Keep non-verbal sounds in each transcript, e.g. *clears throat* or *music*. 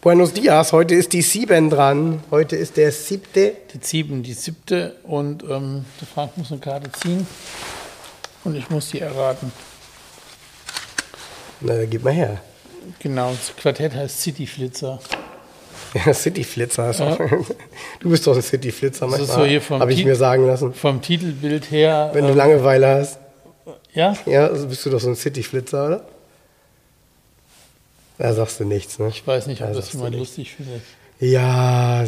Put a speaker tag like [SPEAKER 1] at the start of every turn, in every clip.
[SPEAKER 1] Buenos Dias, heute ist die 7 dran. Heute ist der siebte.
[SPEAKER 2] Die sieben, die siebte und ähm, der Frank muss eine Karte ziehen und ich muss die erraten.
[SPEAKER 1] Na, dann gib mal her.
[SPEAKER 2] Genau, das Quartett heißt Cityflitzer.
[SPEAKER 1] Ja, Cityflitzer. ist auch- Du bist doch ein Cityflitzer
[SPEAKER 2] Das
[SPEAKER 1] manchmal.
[SPEAKER 2] ist so hier vom
[SPEAKER 1] Habe ich
[SPEAKER 2] Tit-
[SPEAKER 1] mir sagen lassen.
[SPEAKER 2] Vom Titelbild her.
[SPEAKER 1] Wenn du
[SPEAKER 2] ähm,
[SPEAKER 1] Langeweile hast,
[SPEAKER 2] ja,
[SPEAKER 1] ja, also bist du doch so ein Cityflitzer, oder? Da sagst du nichts, ne?
[SPEAKER 2] ich weiß nicht, ob
[SPEAKER 1] Da
[SPEAKER 2] das
[SPEAKER 1] sagst du
[SPEAKER 2] jemand
[SPEAKER 1] nichts.
[SPEAKER 2] lustig findet.
[SPEAKER 1] Ja.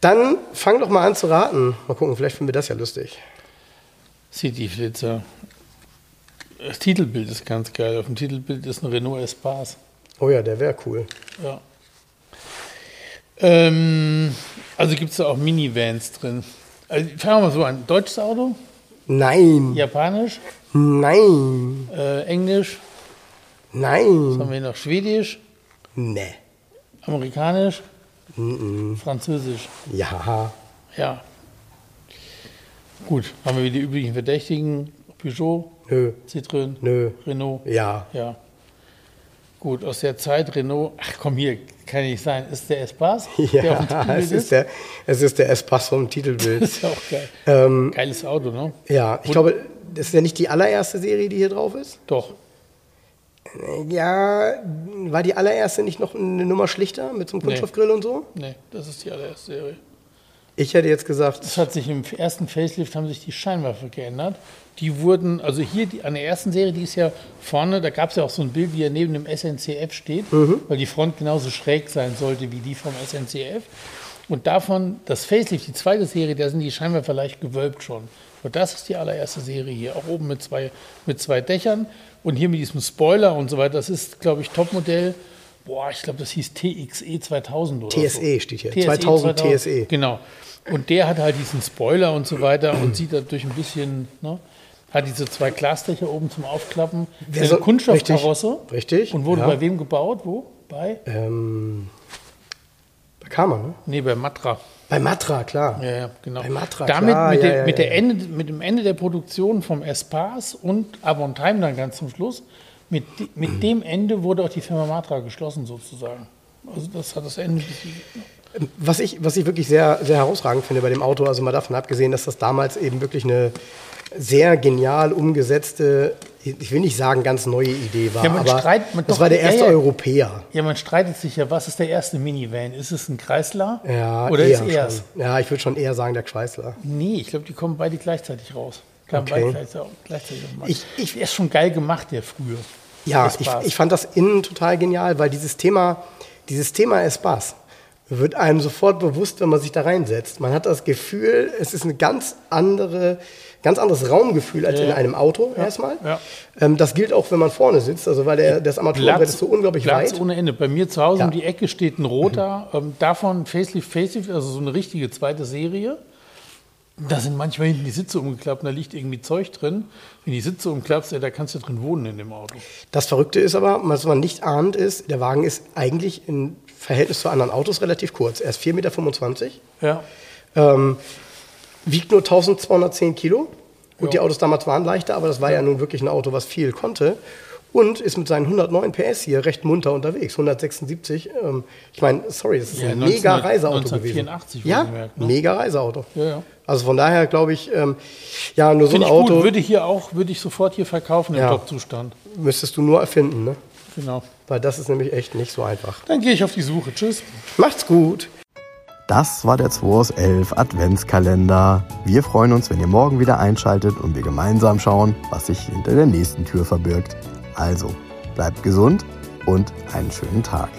[SPEAKER 1] Dann fang doch mal an zu raten. Mal gucken, vielleicht finden wir das ja lustig.
[SPEAKER 2] Cityflitzer. Das Titelbild ist ganz geil. Auf dem Titelbild ist ein Renault Espace.
[SPEAKER 1] Oh ja, der wäre cool.
[SPEAKER 2] Ja. Ähm, also gibt es da auch Minivans drin. Also, fangen wir mal so an. Deutsches Auto,
[SPEAKER 1] Nein.
[SPEAKER 2] Japanisch,
[SPEAKER 1] Nein.
[SPEAKER 2] äh, Englisch,
[SPEAKER 1] Nein.
[SPEAKER 2] haben wir noch Schwedisch,
[SPEAKER 1] Nee.
[SPEAKER 2] Amerikanisch, Französisch.
[SPEAKER 1] Ja.
[SPEAKER 2] Ja. Gut, haben wir wieder die üblichen Verdächtigen. Peugeot,
[SPEAKER 1] Nö.
[SPEAKER 2] Citroën,
[SPEAKER 1] Nö.
[SPEAKER 2] Renault.
[SPEAKER 1] Ja. *laughs*
[SPEAKER 2] Ja. Gut, aus der Zeit Renault. Ach komm, hier kann nicht sein. Ist der Espace? der auf
[SPEAKER 1] *laughs*
[SPEAKER 2] dem
[SPEAKER 1] Ja,
[SPEAKER 2] Titelbild
[SPEAKER 1] es ist der, es ist der Espace vom Titelbild. *laughs*
[SPEAKER 2] Das *laughs* ist ja auch geil.
[SPEAKER 1] ähm,
[SPEAKER 2] Geiles Auto, ne?
[SPEAKER 1] ja, ich glaube, das ist ja nicht die allererste Serie, die hier drauf ist.
[SPEAKER 2] Doch.
[SPEAKER 1] Ja, war die allererste nicht noch eine Nummer schlichter mit so einem
[SPEAKER 2] Nee.
[SPEAKER 1] Kunststoffgrill und so?
[SPEAKER 2] Nee, das ist die allererste Serie.
[SPEAKER 1] Ich hätte jetzt gesagt,
[SPEAKER 2] Das hat sich im ersten Facelift haben sich die Scheinwerfer geändert. Die wurden, also hier die, an der ersten Serie, die ist ja vorne, da gab es ja auch so ein Bild, wie er neben dem SNCF steht, weil die Front genauso schräg sein sollte wie die vom SNCF. Und davon, das Facelift, die zweite Serie, da sind die Scheinwerfer leicht gewölbt schon. Und das ist die allererste Serie hier, auch oben mit zwei, mit zwei Dächern. Und hier mit diesem Spoiler und so weiter, das ist, glaube ich, Topmodell. Boah, ich glaube, das hieß TXE 2000 oder so. E
[SPEAKER 1] TSE E steht hier. 2000 TSE.
[SPEAKER 2] Genau. Und der hat halt diesen Spoiler und so weiter
[SPEAKER 1] *clears throat*
[SPEAKER 2] und sieht dadurch ein bisschen, ne, hat diese zwei Glasdächer oben zum Aufklappen.
[SPEAKER 1] Wer
[SPEAKER 2] Wer
[SPEAKER 1] soll-
[SPEAKER 2] Kunststoffkarosse.
[SPEAKER 1] Richtig, richtig,
[SPEAKER 2] Und wurde
[SPEAKER 1] ja.
[SPEAKER 2] bei wem gebaut? Wo? Bei?
[SPEAKER 1] ähm, da kam er, ne?
[SPEAKER 2] Nee, bei Matra.
[SPEAKER 1] Bei Matra, klar.
[SPEAKER 2] Ja, ja, genau.
[SPEAKER 1] Bei Matra,
[SPEAKER 2] Damit
[SPEAKER 1] klar.
[SPEAKER 2] mit,
[SPEAKER 1] ja,
[SPEAKER 2] der,
[SPEAKER 1] ja,
[SPEAKER 2] mit,
[SPEAKER 1] ja.
[SPEAKER 2] der Ende, mit dem Ende der Produktion vom Espace und Avon Time dann ganz zum Schluss, mit, de- mit dem Ende wurde auch die Firma Matra geschlossen sozusagen. Also das hat das Ende besiegelt.
[SPEAKER 1] Was ich, was ich wirklich sehr, sehr herausragend finde bei dem Auto, also mal davon abgesehen, dass das damals eben wirklich eine sehr genial umgesetzte, ich will nicht sagen ganz neue Idee war,
[SPEAKER 2] Ja, man
[SPEAKER 1] aber
[SPEAKER 2] streit- man
[SPEAKER 1] das
[SPEAKER 2] doch-
[SPEAKER 1] war der
[SPEAKER 2] ja,
[SPEAKER 1] erste
[SPEAKER 2] ja.
[SPEAKER 1] Europäer.
[SPEAKER 2] Ja, man streitet sich ja, was ist der erste Minivan? Ist es ein Kreisler?
[SPEAKER 1] Ja,
[SPEAKER 2] Oder
[SPEAKER 1] eher
[SPEAKER 2] ist er's?
[SPEAKER 1] schon. Ja, ich würde schon eher sagen der Schweißler.
[SPEAKER 2] Nee, ich glaube, die kommen beide gleichzeitig raus. Kamen
[SPEAKER 1] Okay.
[SPEAKER 2] beide gleichzeitig, gleichzeitig auf den Markt.
[SPEAKER 1] Ich- ich-
[SPEAKER 2] der ist schon geil gemacht, der früher.
[SPEAKER 1] Ja,
[SPEAKER 2] Das
[SPEAKER 1] ich,
[SPEAKER 2] war's.
[SPEAKER 1] ich fand das innen total genial, weil dieses Thema, dieses Thema Espace wird einem sofort bewusst, wenn man sich da reinsetzt. Man hat das Gefühl, es ist ein ganz andere, ganz anderes Raumgefühl als
[SPEAKER 2] Ja,
[SPEAKER 1] in
[SPEAKER 2] ja.
[SPEAKER 1] einem Auto erstmal.
[SPEAKER 2] ja.
[SPEAKER 1] Ähm, das gilt auch, wenn man vorne sitzt, also weil der, das Armaturenbrett ist so unglaublich
[SPEAKER 2] Platz
[SPEAKER 1] weit.
[SPEAKER 2] ohne Ende. Bei mir zu Hause
[SPEAKER 1] Ja. Mhm.
[SPEAKER 2] um die Ecke steht ein roter, ähm, davon Facelift, Facelift, also so eine richtige zweite Serie. Da sind manchmal hinten die Sitze umgeklappt und da liegt irgendwie Zeug drin. Wenn die Sitze umklappst, ja, da kannst du drin wohnen in dem Auto.
[SPEAKER 1] Das Verrückte ist aber, was man nicht ahnt, ist, der Wagen ist eigentlich im Verhältnis zu anderen Autos relativ kurz. Er ist 4,25 Meter,
[SPEAKER 2] Ja,
[SPEAKER 1] ähm, wiegt nur 1210 Kilo. Gut,
[SPEAKER 2] Ja.
[SPEAKER 1] die Autos damals waren leichter, aber das war ja. nun wirklich ein Auto, was viel konnte. Und ist mit seinen 109 PS hier recht munter unterwegs. 176. Ähm, ich meine, sorry, das ist
[SPEAKER 2] Ja,
[SPEAKER 1] ein
[SPEAKER 2] 19
[SPEAKER 1] mega Reiseauto
[SPEAKER 2] 1984
[SPEAKER 1] gewesen. Ja,
[SPEAKER 2] wohlgemerkt, ne?
[SPEAKER 1] mega Reiseauto.
[SPEAKER 2] Ja, ja.
[SPEAKER 1] Also von daher glaube ich, ähm, ja, nur so ein
[SPEAKER 2] finde ich
[SPEAKER 1] Auto.
[SPEAKER 2] gut. Würde hier auch, würde ich sofort hier verkaufen im
[SPEAKER 1] Ja.
[SPEAKER 2] Top-Zustand.
[SPEAKER 1] müsstest du nur erfinden, ne?
[SPEAKER 2] Genau.
[SPEAKER 1] Weil das ist nämlich echt nicht so einfach.
[SPEAKER 2] Dann gehe ich auf die Suche. Tschüss.
[SPEAKER 1] Macht's gut!
[SPEAKER 3] Das war der 2 aus 11 Adventskalender. Wir freuen uns, wenn ihr morgen wieder einschaltet und wir gemeinsam schauen, was sich hinter der nächsten Tür verbirgt. Also, bleibt gesund und einen schönen Tag.